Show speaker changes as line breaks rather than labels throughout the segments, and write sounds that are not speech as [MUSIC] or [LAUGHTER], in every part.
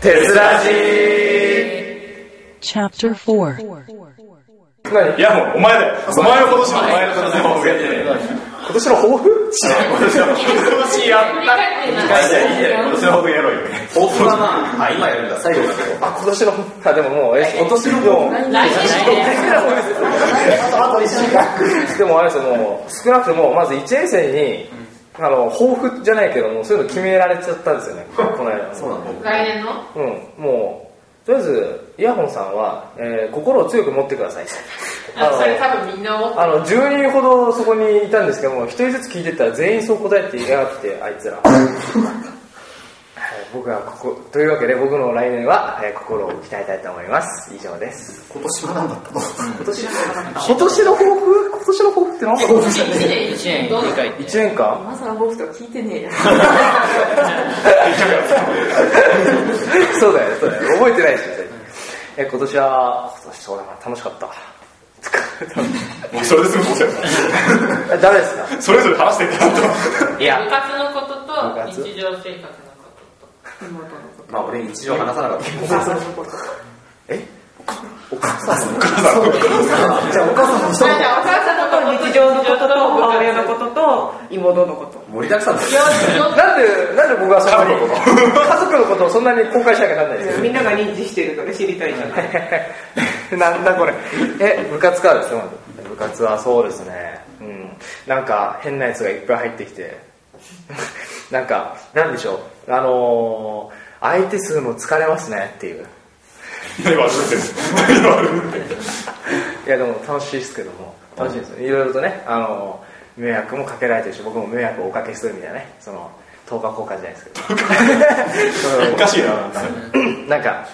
テスラジ
Chapter 4
何
いやもうお前だよお前の今年のお前の抱負をやって
今年の抱負
今年の今年やったいやいや今年の抱負やろうよ
抱負はまあ、あ、今やるんだ、最後だけど。
あ、今年の抱負あ、でももう、え、今年のもう、
来年
あと1週間。でもあれですよ、もう、少なくとも、まず1年生に、あの、抱負じゃないけども、そういうの決められちゃったんですよね、この間。
そうなの
来年の
うん、もう、とりあえず、イヤホンさんは、えー心を強く持ってください。
あそれ多分みんな思って
あの10人ほどそこにいたんですけども1人ずつ聞いてったら全員そう答えていやがってあい
[LAUGHS]
つらはい僕はここというわけで僕の来年は、えー心を鍛えたいと思います以上です
今年は何だったの今年
今年の抱負今年の抱負って何だろう
1年1年どうだ
1年間 [LAUGHS]
今更抱負とか聞いてねえや
そうだよねそうだよね覚えてないし絶対えー今年は今年そうだな楽しかった
もうそれですぐ申し
え誰ですか
それぞれ話してって
いや
部活のこと
部活
と日常生活のことと妹のこ
まあ、俺一応話さ
[LAUGHS]
なかったけど。
と朝のこと
じゃあ、お母さんも
じゃあお母さんのこと
日常のことと母親のことと妹のこと
盛りだくさんだ
よしよし
なんでなんで僕はそんなに家族のことをそんなに公開しなきゃなんないんですか
みんなが認知してるから知りたいじゃない
[LAUGHS] なんだこれ。え、部活からですよ、まず部活はそうですね。うん。なんか変なやつがいっぱい入ってきて。 [LAUGHS] なんか、なんでしょう。あのー、相手数も疲れますねっていう。
何悪いって何悪いって
いや、でも楽しいですけども。楽しいですよ。いろいろとね、あのー、迷惑もかけられてるし、僕も迷惑をおかけするみたいなね。その、10日交換じゃないですけ [LAUGHS] ど。
おかしいな
うんなんか、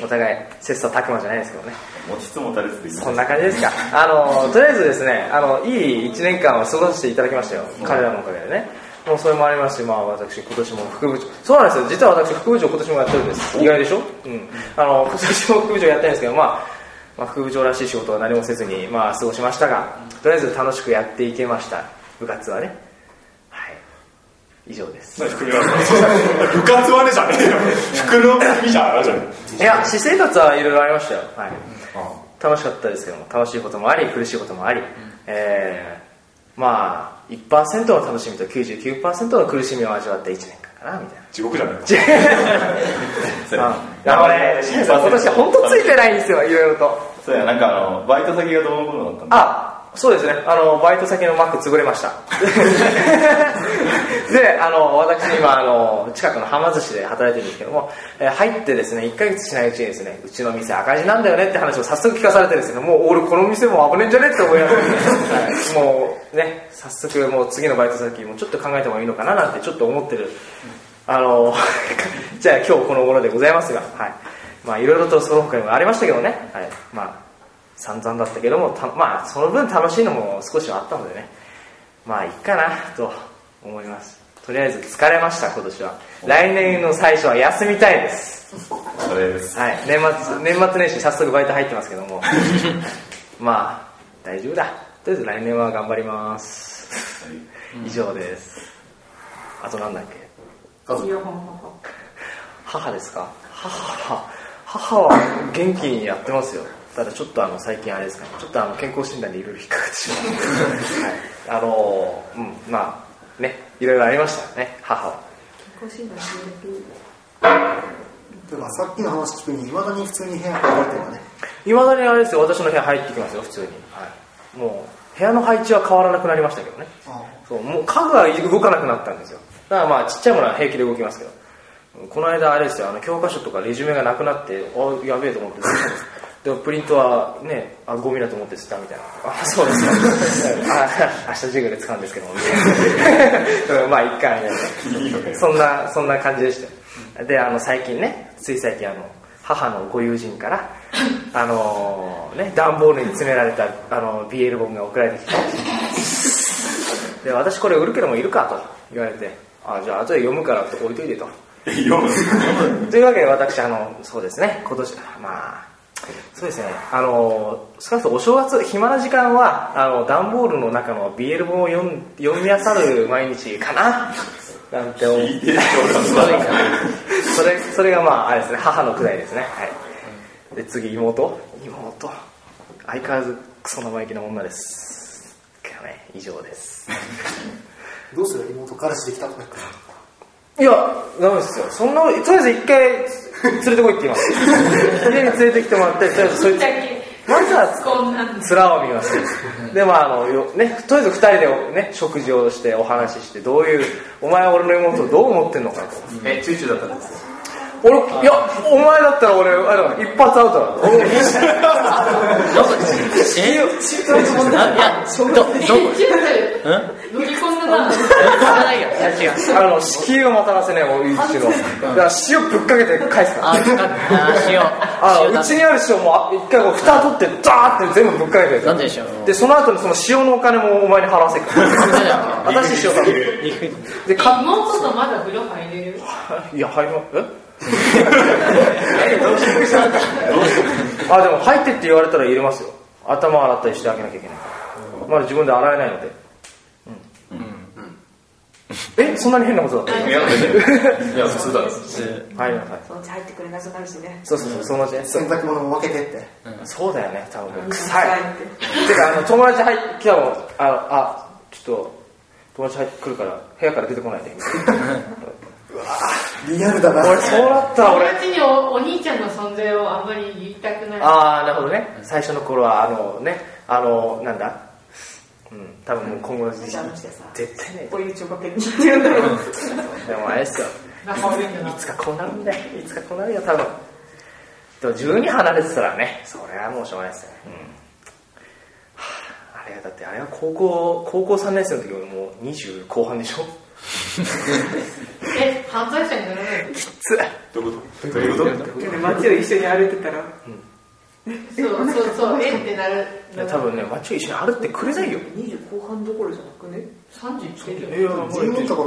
お互い切磋琢磨じゃないですけどね。
持ちつ持たれつでいい
そんな感じですか。あの、とりあえずですね、あの、いい1年間を過ごしていただきましたよ。彼らのおかげでね。もうそれもありますし、まあ私、今年も副部長、そうなんですよ、実は私、副部長、今年もやってるんです。意外でしょうん。あの、今年も副部長やってるんですけど、まあ、まあ、副部長らしい仕事は何もせずに、まあ、過ごしましたが、とりあえず楽しくやっていけました。部活はね。はい。以上です。
何組み合わせ部活はねじゃねえよ服の組じゃあれじゃん
いや、私生活はいろいろありましたよ。はい。楽しかったですけども、楽しいこともあり、苦しいこともあり、えー、まあ、1%の楽しみと99%の苦しみを味わった1年間かな、みたいな。
地獄じゃない
あ頑張れシンさん今年本当ついてないんですよ、いろいろと。
そうや、なんかあの、バイト先がどうのこうのだったんだ。
あ、そうですね、あの、バイト先のマック潰れました。 [LAUGHS] で、あの、私今、あの、近くのはま寿司で働いてるんですけども、えー入ってですね、1ヶ月しないうちにですね、うちの店赤字なんだよねって話を早速聞かされてですね、もう俺この店も危ねえんじゃねって思いながら、はいもうね、早速もう次のバイト先もちょっと考えた方がいいのかななんてちょっと思ってる、あの、 [LAUGHS] じゃあ今日この頃でございますが、はい。まあいろいろとその他にもありましたけどね、はい。まあ散々だったけどもたまあその分楽しいのも少しはあったのでねまあいいかなと思いますとりあえず疲れました今年は来年の最初は休みたいです
それです。
はい年末年末年始早速バイト入ってますけどもまあ大丈夫だとりあえず来年は頑張ります以上ですあとなんだっけ
イヤホンの
母ですか母は母は元気にやってますよただちょっとあの最近あれですかねちょっとあの健康診断でいろいろ引っかかってしまって、はい、あのーうんまあねいろいろありましたね母は
健康診断してる
でもさっきの話聞くに、いまだに普通に部屋が入ってるわね。
いまだにあれですよ私の部屋入ってきますよ普通に、はい、もう部屋の配置は変わらなくなりましたけどねそうもう家具が動かなくなったんですよだからまあちっちゃいものは平気で動きますけどこの間あれですよあの教科書とかレジュメがなくなってあやべえと思って [LAUGHS] でもプリントはねあゴミだと思って捨てたみたいなあそうです [LAUGHS] かあ明日授業で使うんですけども [LAUGHS] みたいなまあいっかみたいない
いのかよ
そんな、そんな感じでしたよ。で、あの、最近ね、つい最近、あの、母のご友人から、あのね、段ボールに詰められた、あの、BL 本が送られてきて、で、私これ売るけどもいるかと言われて、あ、じゃあ後で読むからって置いといてと。
読む
というわけで私、あの、そうですね、今年、まあ、そうですね、あの、少なくともお正月、暇な時間は、あの、段ボールの中の BL 本を読ん読み漁る毎日かな。なんて思う [LAUGHS]
ひでえ人
そ
だ
れ
な
それそれがまああれですね母のくだりですねはいで次妹妹相変わらずクソ生意気な女ですけどね以上です
どうする妹彼氏できたとか言って
いやダメですよそんなとりあえず一回連れてこいって言い [LAUGHS] ます家に連れてきてもらってとりあえずそいつまずは
こんなん
面を見ますでまああのよ、ね、とりあえず2人で、ね、食事をしてお話ししてどういうお前は俺の妹をどう思ってんのかと
え、チューチューだったんですよ。
俺いやお前だったら俺あれだ一発アウトだと
乗り
えいや、ど、どこ
込んだな。
ないよ。いや、違う。
[LAUGHS] あの敷居をまたらせねもう一度だから塩ぶっかけて返すから
あ、使った。あ、塩。
あ
塩
の
だ
うちにある塩もあ一回こう蓋取ってダーって全部ぶっかけて
なんで塩
でその後にその塩のお金もお前に払わせる
[LAUGHS]
から私塩だでか
妹とまだ風呂入れる。
いや入りまえ [LAUGHS] あでも入ってって言われたら入れますよ頭洗ったりしてあげなきゃいけないからまだ自分で洗えないのでうん、えそんなに変なことだった
いや、いや普通だね。
入りなさい
そのうち入ってくれなくなるしね。
そうそうそうそのうちねそ
[LAUGHS] 洗濯物も分けてって
そうだよね多分
臭
臭い
いって。
てかあの友達入ってきたのああちょっと友達入ってくるから部屋から出てこないで
リアルだな
俺そうなったら
友
俺
達におお兄ちゃんの存在をあんまり言いたくない。
[LAUGHS] ああなるほどね最初の頃はあのねあのなんだうん多分もう今後の時
めちゃめちゃさ
絶対ね
こういう超過けに言ってるんだろう。
でもあれですよ
仲悪いんだ
い
な。
つかこうなるんだよいつかこうなるよ多分でも自分に離れてたらねそれはもうしょうがないですよね、うんはあ、あれはだってあれは高校高校3年生の時俺もう20後半でしょ
え、犯罪者にならないの
つっ
どういうことどういうこと
で街を一緒に歩いてたら、
そうそうそう、えってなる。
いや多分ね街を一緒に歩ってくれないよ
20後半どころじゃなくね。
31
いや
点だ
い
よ。
やもう
自分だか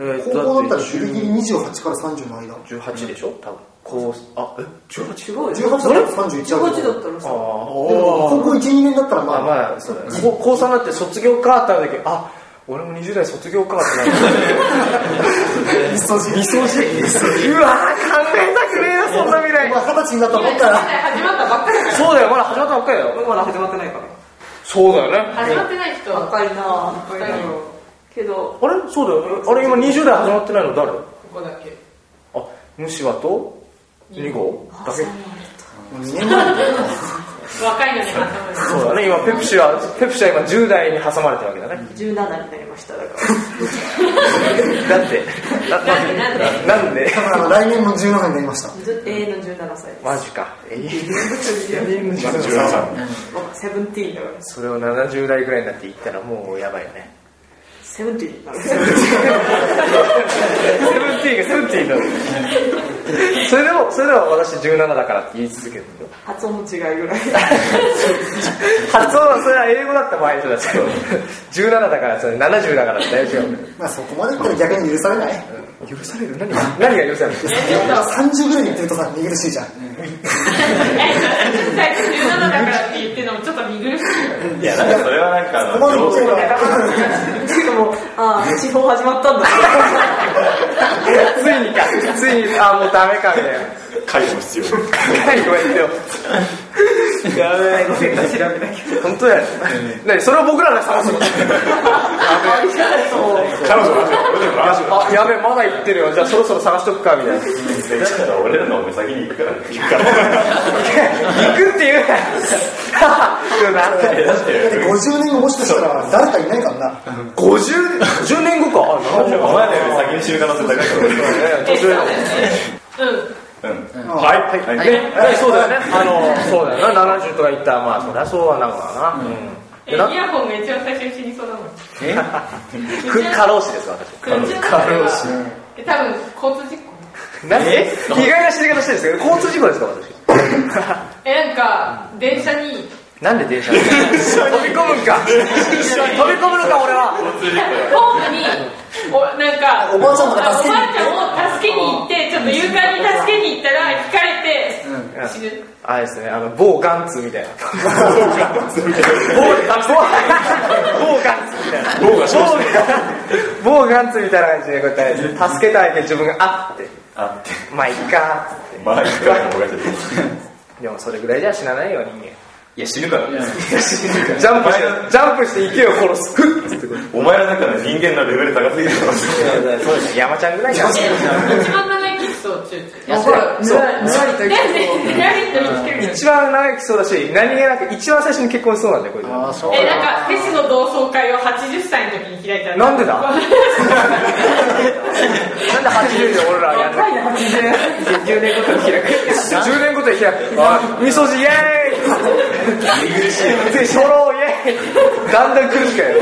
ら
えー
高校だったらギリギリ28から30の間
18でしょ多分こうあえ
す
18?
ごい。
18だったら31だけど
18だったら
あ
さ
あ、
高校12年だったら
まあ
まあ
まあそうだね高高3になって卒業かってなる時あ俺も20代卒業かってなる
理想人
うわー考えたくねえなそんな未来
今二十歳になった
今
もん
時代
から
始まったばっかりだか
そうだよまだ始まったばっかりだよ
まだ始まってないから。
そうだよね
ら。始まってない人は、
若いなぁ。
若いなぁ
けど、
あれそうだよねあれ今20代始まってないの誰あ
ここだけ。
虫歯と2号だけ
もう2年前
若いのに挟む。
そうだね今ペプシはペプシは今10代に挟まれてるわけだね
17になりました、だから。
だってな
なんでなんで
なんで
だから来年も17年になりました
ず [LAUGHS] 永遠の17歳です。
マジか永遠の
まあ
17
17
歳
歳
僕セブンティーンだ [LAUGHS] から。
それを70代ぐらいになって言ったらもうやばいよね
セブンティーンだから。
セブンティーンがセブンティーンだそれでもそれでも私17だからって言い続けるんだよ
発音の違いぐ [LAUGHS] らい。
発音はそれは英語だった場合とだけど17だからそれ70だからって大丈夫
まあそこまで言ったら逆に許されない
許される何が何が許される
いやだから30ぐらいで言ってるとさ見苦しいじゃん
10歳と17だからって言ってるのもちょっと見苦しいよね。
いや、なんかそれはなんか、あ
ここまで言
の
っちゃえば
[LAUGHS] ていうかもう、ああ、地方始まったんだ。
ついにかついにあもうダメかみたいな
介護必要。
[LAUGHS] 何言われてよやべえ本当や何それを僕らが探すの
彼女の話彼女の話
あやべえまだ言ってるよじゃあそろそろ探しとくかみたいな
俺らの方が先に行くから、行くか
行くって言う [LAUGHS] から [LAUGHS]
ら。だって、
50年後もしかしたら誰かいないからな
50 10年後かあ
お前らより先に死ぬ可能性高いか
年上だもん
うん。
ら。うん。
うん
はい。はい。
ねねそうだよねあのそうだよな70とか言ったらまあそりゃそうはなのかなうん
え、イ
でな
ヤホンが一番最初に死にそうだもん。
ふ過労死です私
過労死。え、多分交通事故。
何 [LAUGHS] 意外な死に方してるん [LAUGHS] ですけど交通事故ですか
え、なんか、電車に、
私なんで電車に飛び込むんか飛び込むのか俺は
ホームに、おなんか、
おばあちゃんとか
お
助けに
ばあちゃんを助けに行って、ちょっと勇敢に助けに行ったら、引かれて、死ぬ。
あれですねあの某ガンツみたいな某ガンツ某ガンツみたいな
僕が死ぬ。
某もうガンツみたいな感じでこうやって助けたいけど自分があって
あって
まあいいか
まあいいかって思い出して
でもそれぐらいじゃ死なないよ人間
いや死ぬからね
ジャンプしてジャンプして池を殺すふっつってこう
お前らだから人間のレベル高すぎるから
そうです山ちゃんぐらいじゃん
一番長いキスをチューチュー。
やそれ
そう
なんで、何人見つけるの
一番長生きそうだし何気なく一番最初に結婚しそうなんだよこいつ
ああそう
え、なんか、フェスの同窓会を80歳の時に開いた
なんでだなんで80で俺らやるの10年ごとに開く10年ごとに開くみそじイエーイでソロイエーイだんだん来るしかよ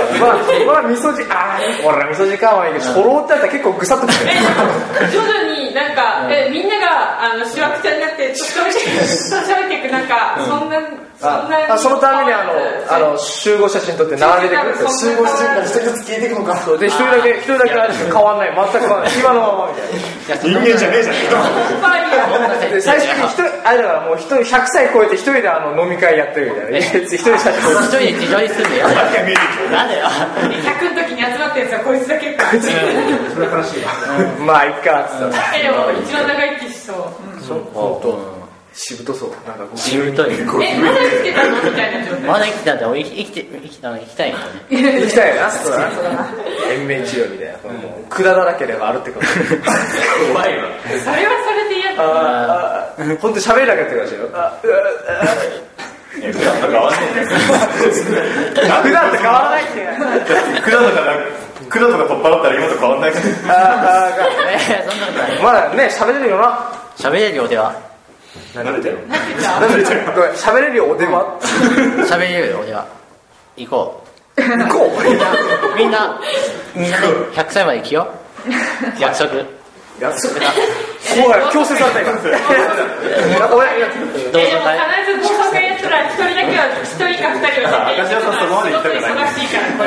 まあまあみそじああ俺らみそじかはいいけどソロってやったら結構ぐさっとくる
え、なんか徐々になんか、え、みんなが、あの、しわくちゃになって、ちょっと喋っていく、なんか、そんな、そんな。
あそのためにあのあの集合写真撮って並べてくるんですよ
集合してるから一人ずつ聞いていくのか。
で一人だけ一人だけあれしか変わんない全く変わんない今のままみたいな
人間じゃねえじゃねえか
パーリーが
で最終的に一人あれだからもう一人100歳超えて一人であの飲み会やってるみたいな一人写真
一人で自撮りするのやだよ
見えてき
やだよ
100の時に集まったやつはこいつだけか。
まあいっかっつったら
え、でも、一番長いキスと、
そう本当しぶとそうなんかこう
しぶとい
え、まだ見つけたのみたいな状態。
まだ生きたんだ俺生きて生きたの生きたいよね [LAUGHS]
行きたいなそうだな延命治療みたいなもうくだらなければあるってこと
た怖いわ
それはそれで嫌だ。
ああ本当に喋りなきゃってくださいよあ
いや普段と変わんねえんだよ
普段と変わらないって
クラとかなんクラとか取っ払ったら今と変わんないから
あああ
えそんなことない
まだね喋れるよな
喋れるよ俺は
慣れてる
ごめん喋れるよお電話
喋れるよ俺は行こ
行こう
うみんなみんなね100歳まで生きよう約束
やっおい強制された今ごめん
え、
同
でも必
窓会
ず同窓会やったら、一人だけは、一人か二人は絶対行くから
私はそこまで行きたくない
すごく忙しいか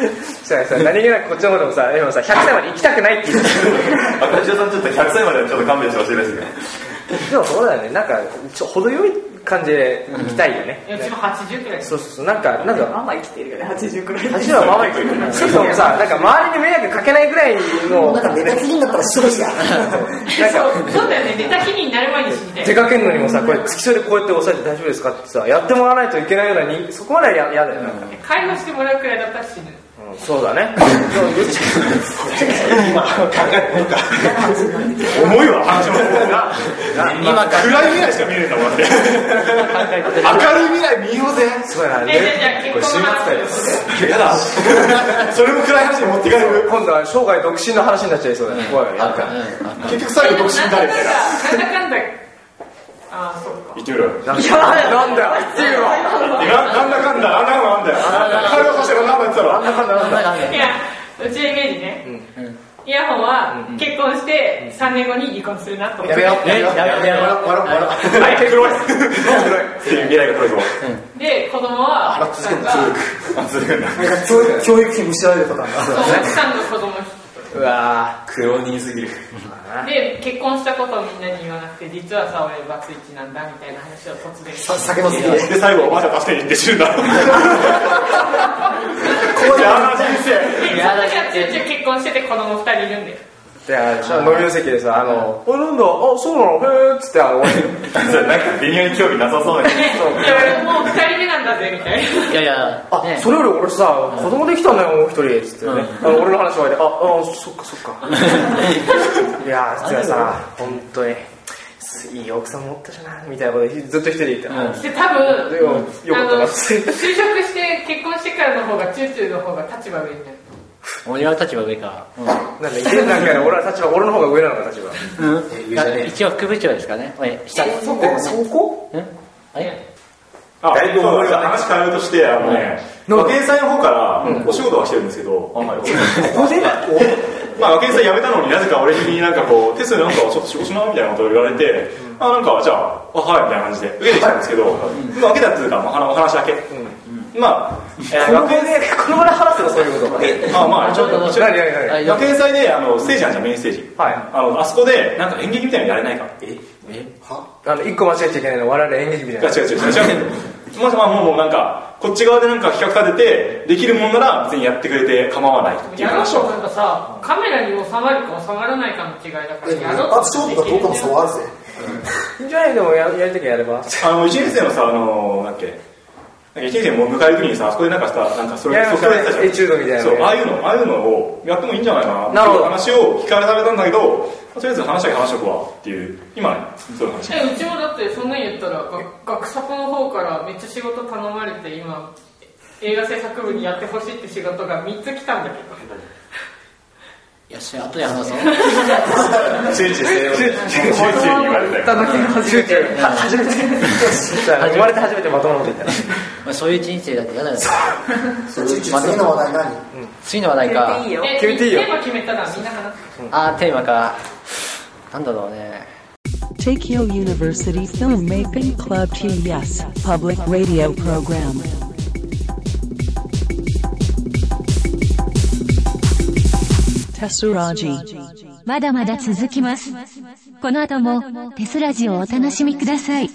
ら、これ。
さあさあ何気なくこっちの方でもさ、でもさ、100歳まで行きたくないって言う。
赤字さんちょっと100歳まではちょっと勘弁してほしいですね
でもそうだよね、なんか、ちょ程よい感じで行きたいよね。
うちも80くらい。
そうそうそう、なんか、なんか、
ママ生きてるよね、80くらい。
私はまあまあ行くそうそうさ、なんか周りに迷惑かけないぐらいの、な
なん
ん
か
か、
寝たきりになったら一人
そう
だ。
そうだよね、寝たきりになる前に死んで。
出かけるのにもさ、これ付き添いでこうやって押さえて大丈夫ですかってさ、やってもらわないといけないような人、そこまではや嫌だよ、なんか。
介護してもらうくらいだったら死
う
ぬ。
んそうだね。
重いわ話も
[LAUGHS]
今から
暗い未来しか見えねえんだもんだって明るい未来見ようぜ
そうやな。
え、
で
じゃあじゃあ結婚は
やだそれも暗い話に持っていかれる
今度は生涯独身の話になっちゃいそうだね。怖いよね、なんか。
結局最後独身
なんだか
誰み
んだ
たいな、
なんだかんだ。ああ、そうか。
言ってみろよ
なんだよ。
ななんだかんだあんなもんあんだよ会話させろなんだ言ってたろ
なんだかんだ
いや、うちのイメージね。イヤホンは結婚して3年後に離婚するなと思っ
や
て
め。よう。
えやめやめ
笑う笑う
は
笑
い黒いっていう未来が黒いぞ
で、子供は、なんか、そう、
あそういうんだ
うなんか教育教育費むしられるパターンだ。
奥さんの子供一
うわ
黒人すぎる
人 [LAUGHS] で、結婚したことをみんなに言わなくて、実はさ、俺バツイチなんだみたいな話を突然して。
酒の席で。
で最後お前ら確かに言って死ぬんだこうやな人生
で、その時は中々結婚してて子供2人いるんだよ。
いや、その飲みの席でさ、あの、あ、なんだ、あ、そうなの、へえっつって、あの、終わり
なんか微妙に興味なさそうな
で、いや俺もう2人目なんだぜみたいな。
[LAUGHS] いやいや
あ、
ね
それより俺さ、子供できたんだよ、もう一人、つってね。あの俺の話終わりで、あ、あ、そっかそっ [LAUGHS] か。いやー、実はさ、本当に、いい奥さん持ったじゃない、みたいなことずっと一人で言って、あ
で、多分、
でも、よか
あ
っ
の
たな、つっ
就
て
職して結婚してからの方がチューチューの方が立場上になる
俺は立場上か
なんだ、現段階で俺は立場、俺の方が上なのか、立場。
ら一応副部長ですからね俺下ん
そこそこ
あれ
あ、だいぶ思い出した話変えるとして、あのね、和計祭の方からお仕事はしてるんですけど、あんまり。
ここで
まあ、和計祭辞めたのになぜか俺になんかこう、手数なんか [LAUGHS] ちょっと仕事しなみたいなことを言われて、あ、なんかじゃあ、あ、はいみたいな感じで受けてきたんですけど、まあ、受けたっていうか、まあ、あのお話だけ。まあ、えー
こ
学
こ
園
で、この場で話すの、そういうこと。
で、まあまあ、ちょっと、
何、何、何。はい。
学園祭で、あの、ステージあるじゃん、メインステージ。あの、あそこで、なんか演劇みたいなのやれないか。え
あの、一個間違えちゃいけないの、我々演劇みたい
違
な。
う違う違う違う。まあまあもうもうなんか、こっち側でなんか企画立ててできるもんなら別にやってくれて構わないっていう
やろう
話
と
を
思えばさカメラに収まるか収まらないかの違いだから
でも
や
一
ろう
発勝負かどうかの差はあるぜ
いいんじゃないでもややりたきゃやれ [LAUGHS] ば
あの1年生のさあのなんだっけなんか1年生もう迎える時にさあそこでなんかさなんかそれ
やりましたね
やって
エチュードみたいなね
そうああいうのああいうのをやってもいいんじゃないかな
なるほど
っていう話を聞かれたんだけどとりあえず話だけ話しとくわっていう今ねそういう話
えうちもだってそんなん言ったらが学作の方からめっちゃ仕事頼まれて今映画制作部にやってほしいって仕事が3つ来たんだけど
いや、それ後で話そう。
周知してる周知に言われたよ
初めて初めて生まれて初めてまともなこと言った
まあそういう人生だって嫌だよ。
それ次の話題何
次の話題か。
いいよ
え
決めていいよ
テーマ決めたらみんな話す
あー、テーマか。なんだろうね。
Tokyo University Filmmaking Club TES public radio program. Tessuraji.
まだまだ続きます。この後もテスラジをお楽しみください。